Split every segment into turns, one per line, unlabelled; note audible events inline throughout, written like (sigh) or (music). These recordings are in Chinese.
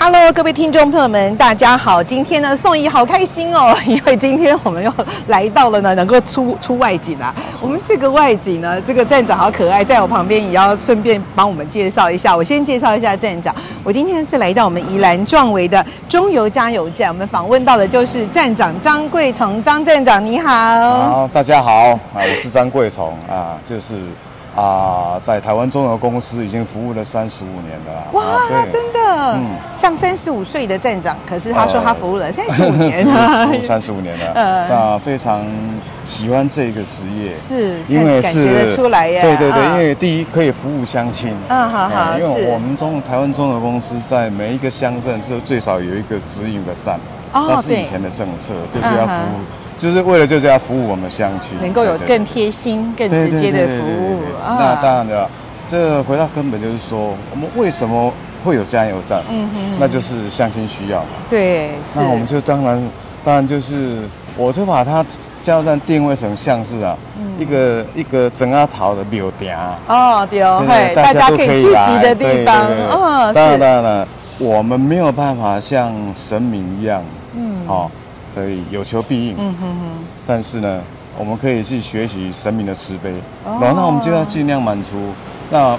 Hello，各位听众朋友们，大家好！今天呢，宋怡好开心哦， (laughs) 因为今天我们又来到了呢，能够出出外景啦、啊我们这个外景呢，这个站长好可爱，在我旁边也要顺便帮我们介绍一下。我先介绍一下站长，我今天是来到我们宜兰壮围的中油加油站，我们访问到的就是站长张贵成，张站长你好。
好，大家好啊，我是张贵崇啊，就是啊，在台湾中油公司已经服务了三十五年了啊。
哇
啊，对
真的，
嗯
像三十五岁的站长，可是他说他服务了三十五年啊
服务 (laughs) 三十五年了，
嗯
那非常喜欢这个职业，
是，
因为
感
是
觉得出来耶。
对对对，
嗯
因为第一可以服务乡亲，啊
嗯好好
因
是
为我们中台湾中油公司在每一个乡镇是最少有一个直营的站，
哦
那是
对
以前的政策，就是要服
嗯
务，就是为了就是要服务我们乡亲，
能够有
对对对
更贴心、更
对
直
对
接
对
的
对
服
对
务
对对那当
啊。
然的，这回到根本就是说，我们为什么会有加油站？
嗯哼
那就是相亲需要嘛。
嗯对，是
那我们就当然，当然就是，我就把它加油站定位成像是啊，
嗯
一个一个整阿桃的庙埕啊，
哦，对哦，嘿
对，
大家
都
可以聚集的地方，
对对对
嗯，
当然
是，
当然，我们没有办法像神明一样，
嗯，
哦，所以有求必应。
嗯哼哼，
但是呢，我们可以去学习神明的慈悲，
哦
然后那我们就要尽量满足那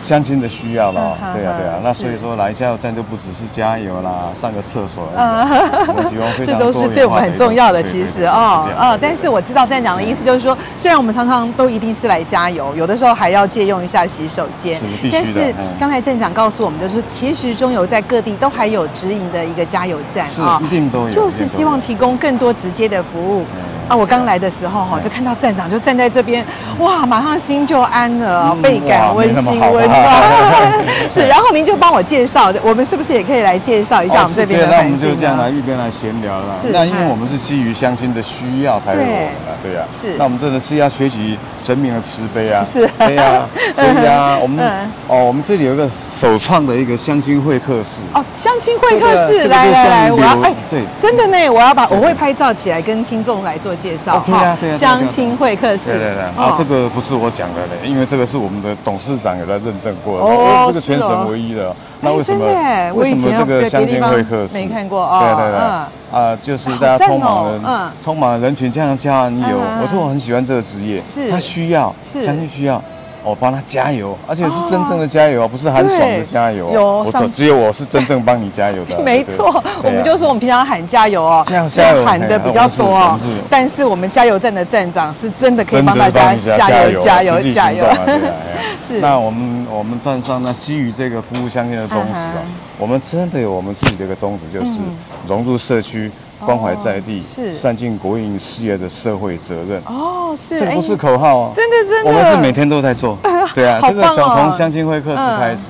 乡亲的需要了。
嗯
对啊，
嗯
对啊
嗯。
那
是
所以说来加油站就不只是加油啦，上个厕所
啊
而已，我们提供非
这
常
都
多
是
元
对我
化
们很重要的，
一个
其
对
实
对对
哦
对对
哦
对，
但是我知道站长的意思就是说，虽然我们常常都一定是来加油，有的时候还要借用一下洗手间
是必须，的
但是
嗯
刚才站长告诉我们的说，其实中油在各地都还有直营的一个加油站啊
是一定都有
就是
一定都有
希望提供更多直接的服务
嗯
啊。我刚来的时候哈，
嗯
就看到站长就站在这边，哇，马上心就安了，
嗯
倍感
哇
温
没那么
馨
好吧
温暖。
(laughs)
是，然后您就帮我介绍，我们是不是也可以来介绍一下
哦
我们这边
是
的
对那我
环
们
境
就这样
呢
来一边来闲聊啦
是。
那因为
嗨
我们是基于乡亲的需要才有我们的，对呀。
是
那我们真的是要学习神明的慈悲啊。
是
对呀。所以啊，我们
嗯
哦，我们这里有一个首创的一个乡亲会客室。
哦，相亲会客
这个
室，
这个
来
就
来
像
来，
旅
我要
游
哎，
对
真的呢，我要把我
对
会拍照起来跟听众来做介绍
哦对啊对啊对啊对啊
相亲会客室，
对对对，
哦
啊，这个不是我讲的嘞，因为这个是我们的董事长有来认证过的，
哦
因为这个全
是哦
省唯一的。
哎
那为什么
真的耶我
为
以
什么
前
这个
在
乡
别的地
间
方
会客室
没看过哦
对对对，
嗯
啊，就是大
好
家
赞哦
匆忙人
嗯，
匆忙的人群这样加完油
嗯嗯嗯，
我说我很喜欢这个职业
是，
他需要
是
相信需要。我帮他加油，而且是
哦
真正的加油，啊不是很爽的加油哦。
对有
我
上。
只只有我是真正帮你加油的啊
(laughs) 没错，我们就说我们平常喊加油哦，
这样
是
加油
喊的比较多哦
我们是我们是，
但是我们加油站的站长是真的可以
真的
帮大家
帮大家
加
加
油
油
加油
实际
加
行
油
动啊对啊
(laughs) 是
哎呀那我们我们站上呢，基于这个服务乡亲的宗旨
嗯
啊
哼，
我们真的有我们自己的一个宗旨，就是
嗯哦
融入社区，关怀在地，
是
善尽国营事业的社会责任。
哦，是
这个
哎
不是口号啊，
真的真的
我们是每天都在做。对啊，
(laughs) 好
这个
棒
从
哦
从乡亲会客室开
嗯
始，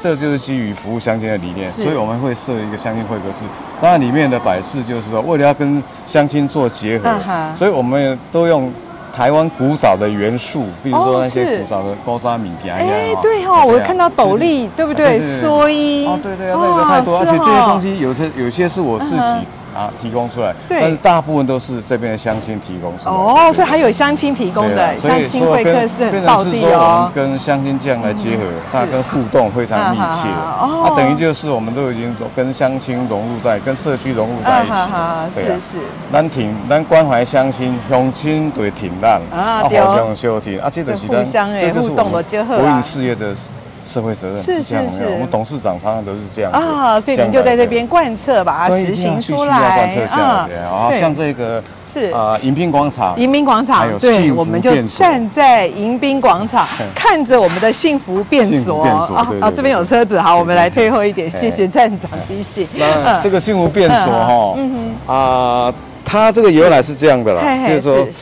这就是基于服务乡亲的理念，
是
所以我们会设一个乡亲会客室。当然，里面的摆饰就是说，为了要跟乡亲做结合
嗯哼，
所以我们都用。台湾古早的元素，比如
哦
说那些
是
古早的高砂米夹呀，
哎
哦，
对哦，我
啊
看到斗笠，对不对？蓑衣，
哦，对对啊，那个太
哦
多，而
是
且这些
哦
东西有些有些是我自己
嗯
啊提供出来，
对
但是大部分都是这边的乡亲提供出来的。
哦，
对
所以还有相亲提供
对啊
的，
所
相
以
亲
说
会
跟
客是很
变
到
成是
地
说我
哦嗯
们。跟乡亲这样来结合，那跟互动非常密切。
啊哈哈哦
啊，等于就是我们都已经说跟乡亲融入在，跟社区融入在一起
啊哈哈。
对啊
是是。
咱挺咱关怀乡亲，乡亲对挺咱
啊
互
对哦
相休挺啊，这就是咱
互相欸
这就是
互动
我们
就好啊
国营事业的社会责任
是
这样
是
没有
是
我们董事长常常都是这样子
啊，所以您就在这边贯彻把它
对
实行
必
出
须要贯
来啊
彻下来的。然后像这个
是
啊，迎宾广场，
迎宾广
还
场，
有
对，
幸福
我们就
变所
站在迎宾广
(laughs)
场，看着我们的幸福变
幸
所啊
福变所对对对
这边有车子，好，
对
我们来
对对
退后一点，
哎
谢谢站长提醒。
那
嗯
这个幸福变所哈，
嗯
啊，它这个由来是这样的
(laughs)
啦
嘿，嘿
就是说
是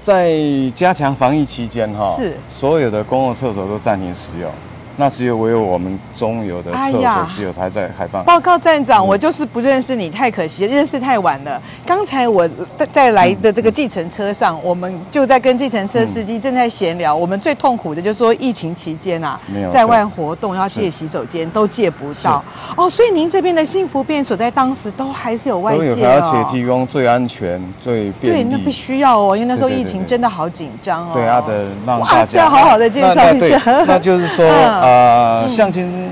在加强防疫期间哈，
是
所有的公共厕所都暂停使用。那只有唯有我们中游的
哎
厕所
呀
只有还在海放。
报告站长，
嗯
我就是不认识你，太可惜，认识太晚了。刚才我在在来的这个计程车上，我们就在跟计程车司机正在闲聊。我们最痛苦的就是说，疫情期间啊
没有，错
在外活动要借洗手间都借不到。哦，所以您这边的幸福便所在当时都还是有外
都有，
界
而且
哦。
提供最安全、最
对，
便
那
利
必。须要哦，因为那时候
对对
疫
对
情
对
真的好紧张哦。
对啊的，让
哇
大
这要
家
好好地介绍
那那
一
对
下
那就是说，
(laughs) 嗯
呃，相亲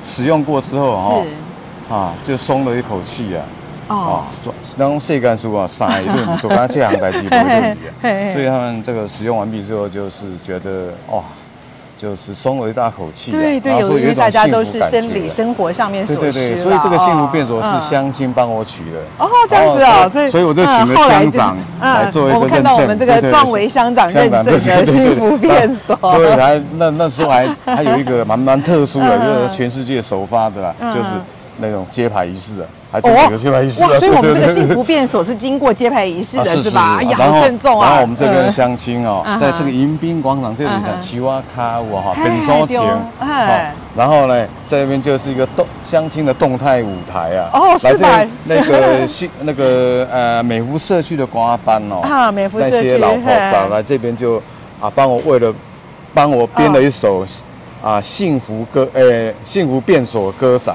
使用过之后
(laughs)
哈
是，
啊，就松了一口气啊。
哦
哦，，然后世间事啊，三一顿都跟这行代志不
(laughs)
会对
嘿嘿嘿
比啊，所以他们这个使用完毕之后，就是觉得哇，就是松了一大口气、啊，
对对，
然后
由
说有
于
一种
大家都
幸
是
福感觉
生理生活上面所
对
需
对对，
啦
所以这个幸福变所
哦
是
嗯
相亲帮我取的。
哦，这样子哦，
所以所以我就请了
后来
乡
就
长
嗯
来做一
我
个
们
认证。
看到我们这个
对对对
壮维乡长认证的
乡长对对对
幸福变所，
所以还那那时候
(laughs)
还还有一个蛮蛮特殊的，
嗯
就是全世界首发的啦，
嗯哦
就是那种揭牌仪式啊，还真的有揭牌仪式啊。
哇，所以我们这
对对
个
对
幸福变所是经过揭牌仪式
啊
的是吧？哎呀，好慎重啊！
然后我们这边的
嗯
相亲哦
嗯，
在这个迎宾广场这里
嗯
讲奇蛙咖舞哈，
哎
本烧
对
景
哦，哎
好，然后呢，这边就是一个动相亲的动态舞台啊，
哦是
来自于
吧
那个西 (laughs) 那个呃美孚社区的瓜班哦，
啊美孚社
那
区
些老婆嫂
嘿
来这边就啊帮我为了帮我编了一首啊幸福歌，呃幸福变所歌仔，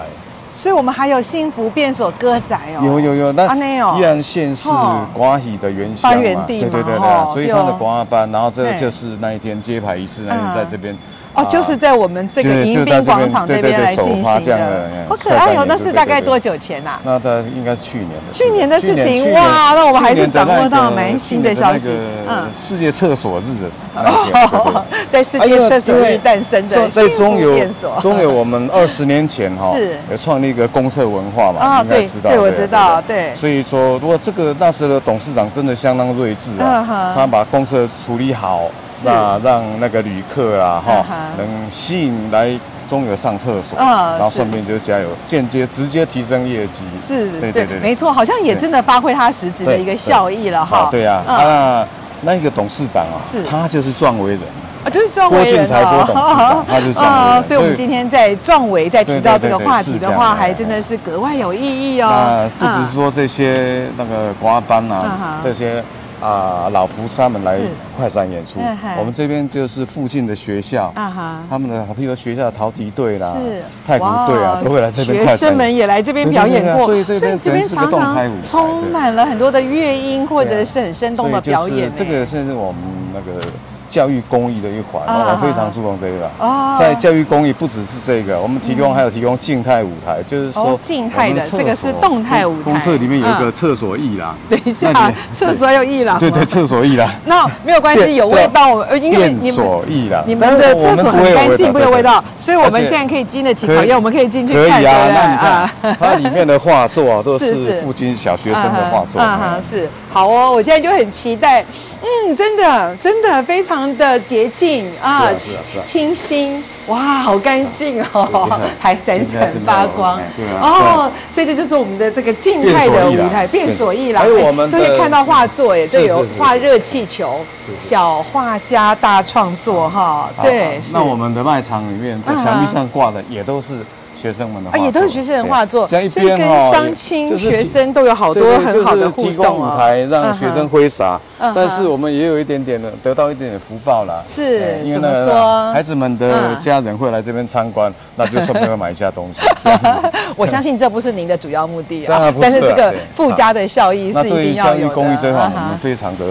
所以我们还有幸福变所歌仔哦，
有有有，那
啊那哦
依然县是
哦
瓜喜的原乡
发
嘛，
源地
对对
嘛
对
哦
对，所以他
对
的
哦
瓜班，然后这
对
就是那一天揭牌仪式，那
嗯
天在这边啊
哦，就是在我们这个
就
迎宾
就在这边
广场这
对对
边
对
来进
首发
行
这样
的
的哎，
好可爱哦！
快三年
那
对
是
对
大概
对
多久前啊呐？
那他应该是去年的事
去年的事情
去年
哇那我们还是
去年的
掌握到
那个
蛮新的消息
去年的那
嗯
个世界厕所日的那
(laughs)
一天，对对对
在世
啊因
界
为
厕所
因为
日诞生的
中在中
幸福
游
变所，
中游我们二十年前哈、
是
(laughs) 有创立一个公厕文化嘛，
啊
你应该
对
知道，
对我知道对
所以说，如果这个那时的董事长真的相当睿智啊，
嗯哼
他把公厕处理好，
是
那让那个旅客啊哈、
嗯哼
能吸引来。中游上厕所，
嗯
然后
是
顺便就加油，间接直接提升业绩。
是，
对对对，
没错，好像也真的发挥它实质的
对
一个效益了哈
啊。对啊，
嗯
那那个董事长啊
是，
他就是壮维人。
啊，就是壮
郭
维人
俊才郭
哦 (laughs)
董事长他就是壮维人
哦所以我们
所以
今天在壮维在提到这个话题
对对对对是这
的
样
话，
的
还真的是格外有意义
那
哦。
不只是说这些那个瓜班
嗯
啊
哼，
这些啊老菩萨们来
是
快闪演出
嗯哼，
我们这边就是附近的学校
嗯。啊哈。
他们的，譬如说学校的陶笛队啦
是、
太鼓队啊
哇，哦
都会来这边快
学
闪。
生们也来这边表演过，
对对对对啊所以这边等于是个
常
动态舞
常
台
充满了很多的乐音或者是很生动的表
所以
演
就是
呢。
这个算是我们那个教育公益的一环，哦
啊
我非常注重这个。
哦
在教育公益不只是这个，我们提供还有提供静态舞台，就是
哦
说
静态的
我们厕所
这个是动态舞台啊
公厕里面有一个厕所艺廊，
等一
那
下
你，
厕所有意了。
对对，厕所艺廊。
那没有关系，
电
有味道，呃，因为
电
你们
所艺廊，
你们的厕所很干净，不会有味道，所以我们
而且
现在可以经得起
可以
考验，我们可以进去
可
看，
以
对
啊，
不对
那你 (laughs) 看，它里面的画作啊，
(laughs)
都
是是
是附近小学生的画作。哎
啊哈啊哈是好哦，我现在就很期待，嗯，真的真的非常的洁净啊
是啊是啊是啊
清新，哇，好干净
对
哦
对对，
(laughs) 还闪闪发光
今天是没有，哎对啊
哦，所以这就是我们的这个静态的舞台
变
变
所
所
艺
艺廊，
廊还有
哎
我们的
都可以看到画作耶，
是
这
是
有
是
画热气球，
是是
小画家大创作哈，对，是
那我们的卖场里面在墙壁上挂的也都是学生们的画
啊，
作，哎
也都是学生的画作，
这样一
所以
边
跟
哈，
相亲
就是
学生都有好多
对对
很好
就
的
是
互
提供
动哦
舞台让学
嗯哼
生挥洒
嗯哼，
但是我们也有一点点的得到一点点福报啦。
是
哎因为
怎么
那个
说
孩子们的
嗯
家人会来这边参观，那就顺便买一下东西。这样子
(laughs) 我相信这不是您的主要目的
当
啊
然，不
(laughs)
是
但是这个
对
附加的效益
那
是一
对于
定要
教育
有的。
公益这一块，
啊
我们
哈
非常的、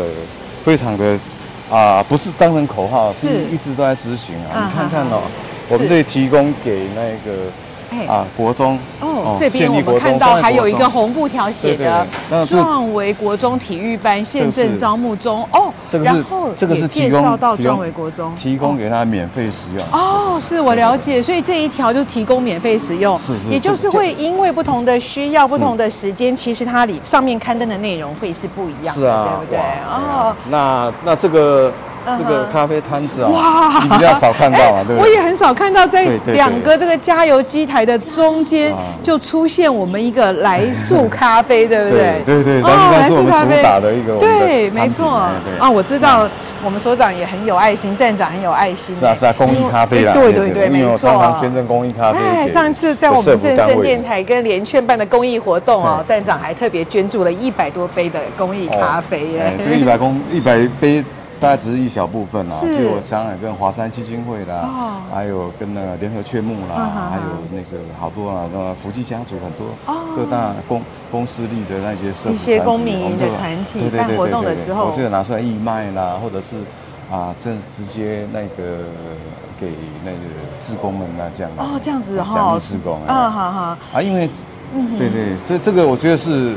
非常的啊、不是当成口号，是
是
一直都在执行啊。
啊
你看看
哈
哦，我们这里提供给那个
哎
啊国中
哦，这边
县
我
立
们
国
看
中
到
中
还有一个
国中
红布条写
对对
的
对那
“
这
壮维国中体育班现
这个
正
是
招募中”哦，
这个
然
是
后
这个
也
是
介
提
绍
供
到
提
壮
供
维国中
提供给他免费使用。
哦，是我了解，所以这一条就提供免费使用，
是是
也就是
这嗯个
会因为不同的需要、不同的时间，其实它里上面刊登的内容会是不一样的，
是啊，
对不对？
哇
哦，，
哎呀那那这个
嗯哼
这个咖啡摊子啊
哇，，
你比较少看到啊，对不
哎我
对
也？很少看到在
对对对啊
两个这个加油机台的中间
哇
就出现我们一个来速咖啡，对不对？
对对对，
哦
但是
来
是我
速
们
咖
主
啡
打的一个我们的
对，
产品
没错
哎对
啊，我知道。我们所长也很有爱心，站长很有爱心。
是啊是啊，公益咖啡啦，
哎对对对，
因为
没
我
错。
常常捐赠公益咖啡给。
哎，上次在我
给社
们
福
正
单
声
位
电台跟联券办的公益活动哦，
嗯
站长还特别捐助了一百多杯的公益咖啡耶
哦哎。这个一百公一百杯，大概只是一小部分啦。
是
就我常常跟华山基金会啦，
哦啊
还有跟那个联合雀木
哈
啦，
哈哈
还有那个好多啦，那个福气家族很多、
哦
各大公公司力的那些社
一
福
些
团体
公民
我们
的
都有
团体
对对
办
对
活
对
动的
对
时候
我就有拿出来义卖啦，或者是啊，这直接那个给那个志工们啊这样
哦，这样子
奖
哈
励，志工哎
啊，好好，
啊，因为，
嗯
对对，这这个我觉得是，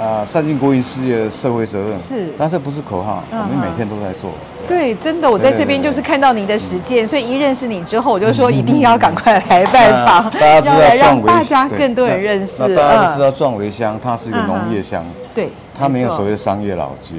啊，善尽国营事业的社会责任
是
但这不是口号，我
嗯
们
哼
每天都在做。
对，真的，我在这边
对对对
就是看到你的实践，所以一认识你之后，我就说一定要赶快来拜访，
那大家
要
知
来
道
让
壮
大
围
家
对
更多人
那
认识。
那大家都知
嗯，
道壮围乡，它是一个农业乡，
对，
它没有所谓
错嗯
的商业老街。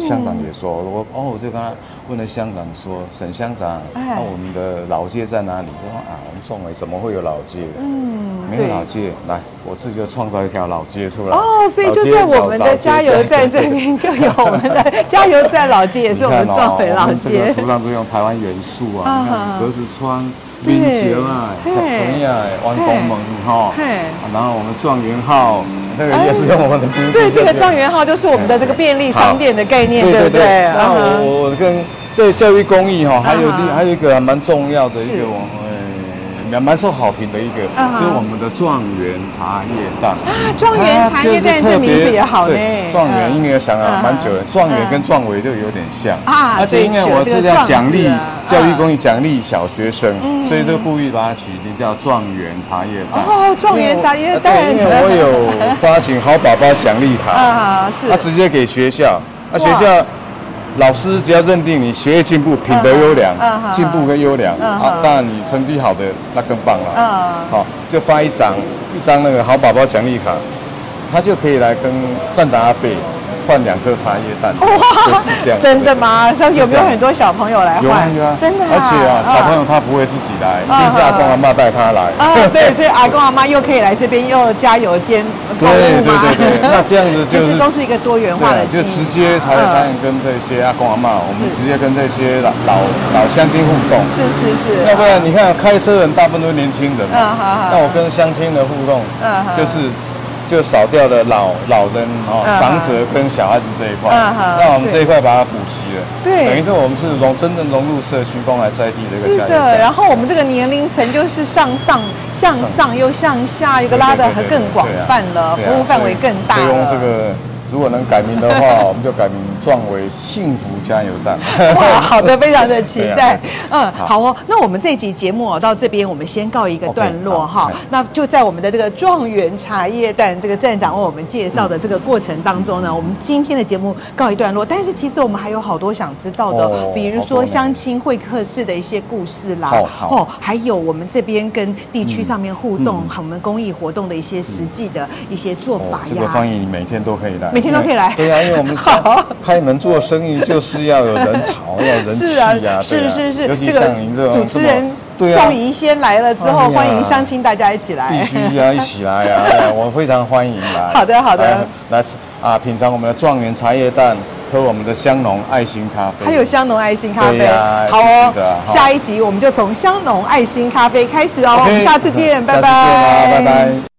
乡长也说，我哦，我就跟他问了乡长说，沈乡长，
哎
那我们的老街在哪里？他说啊，我们壮围怎么会有老街？
嗯
没有老街，来，我自己就创造一条老街出来。
哦，所以就
老街
在我们的加油站这。
老老街
边就有我们的加油站老街，也是我们壮北老
你看哦我
街
们这个。图上都用台湾元素啊，
啊
你
啊
看格子窗、
对
冰结啊、
嘿
什么啊、弯弓门哈
嘿，哎
啊然后我们状元号，那个也是用我们的冰淇淋
对，这个状元号就是我们的这个便利商店的概念，
对
对不
对对
对？。
然后
嗯哼
我我跟这教育公益哈，还有
啊哈
另还有一个还蛮重要的一
是
个我们呃蛮受好评的一个
啊哈，
就是我们的状元茶叶蛋。
啊，状元茶叶蛋
它就是
这
特
名
别
字也好呢
对，。状元，
嗯
因为想了蛮久了
嗯，
状元跟状围就有点像
啊
而且因为我是
所以取
要奖励
了这个状字啊
教育公益，奖励小学生
嗯，
所以就故意把它取名叫状元茶叶蛋。
哦状元茶叶蛋
因为我对因为我有发行好宝宝奖励
(laughs)
卡，
啊，
他
是
直接给学校，那
哇
学校。老师只要认定你学业进步、品德优良
嗯哼、
进步跟优良
嗯哼
啊，当然你成绩好的那更棒了。
嗯
好，就发一张一张那个好宝宝奖励卡，他就可以来跟站长阿贝换两颗茶叶蛋。就是这样，
真的吗？像有没有很
多？
多小朋友来
有啊
换？
有啊，
真的啊。
而且啊，小朋
嗯
友他不会自己来，一
嗯
定是阿公阿妈带他来。
啊，对，
(laughs)
所以阿公阿妈又可以来这边又加油兼购
对
物
对
嘛。
对对，那这样子
(laughs) 其
就
实
是
都是一个多元化的经
对，
营，
就直接才
嗯
才能跟这些阿公阿妈，我们
是
直接跟这些老老老乡亲互动。
啊是是是，
要不然你看开车人大部分都是年轻人嘛，
嗯好好
那我跟乡亲的互动
嗯好，
就是就少掉了老老人哦
嗯好
长者跟小孩子这一块
嗯好，
那我们
对
这一块把它补齐了，
对
等于说我们是融真正融入社区关怀在地的一个
是
家
的，然
园。
后我们这个年龄层就是上上向上又向下，一个
对
拉的
对对对
更广
对啊
泛了，
对
服
啊
务范围更大
所以用
了。
这个，如果能改名的话，我们就改名壮为幸福加油
(laughs)
站。
哇，好
(laughs)
的，非常的期待。
啊对
嗯
啊，
好哦。那我们这一集节目哦，到这边我们先告一个段落
OK，好
哈
好。
那就在我们的这个状元茶叶蛋这个站长为我们介绍的这个过程当中
嗯
呢，我们今天的节目告一段落。但是其实我们还有好多想知道的
哦，
比如
好多
说
呢
相亲会客室的一些故事啦
好，好
哦，还有我们这边跟地区上面互动
嗯，
我们公益活动的一些实际的一些做
哦
法，
这个
呀
翻。译你每天都可以来，
每天都可以来
因为对啊呀，因
(laughs)
为我们
好
开门做生意就是要有人
(laughs)
潮，要有人气
是
呀
啊，
对呀，
是是
尤
是，
其像您这种
主持人
这么对
宋
啊，
怡先来了之
哎
后，
呀
欢迎相亲大家一起来
必。须要一起来呀，对啊我非常欢迎来。
好的好的
来，来吃啊，品尝我们的状元茶叶蛋，喝我们的香浓爱心咖
(laughs)
啡，
还有香浓爱心咖啡
对呀，
好哦
是的，好
下一集我们就从香浓爱心咖啡开始哦，
OK，
我
(laughs)
们下次见，
啊下次见啊拜拜。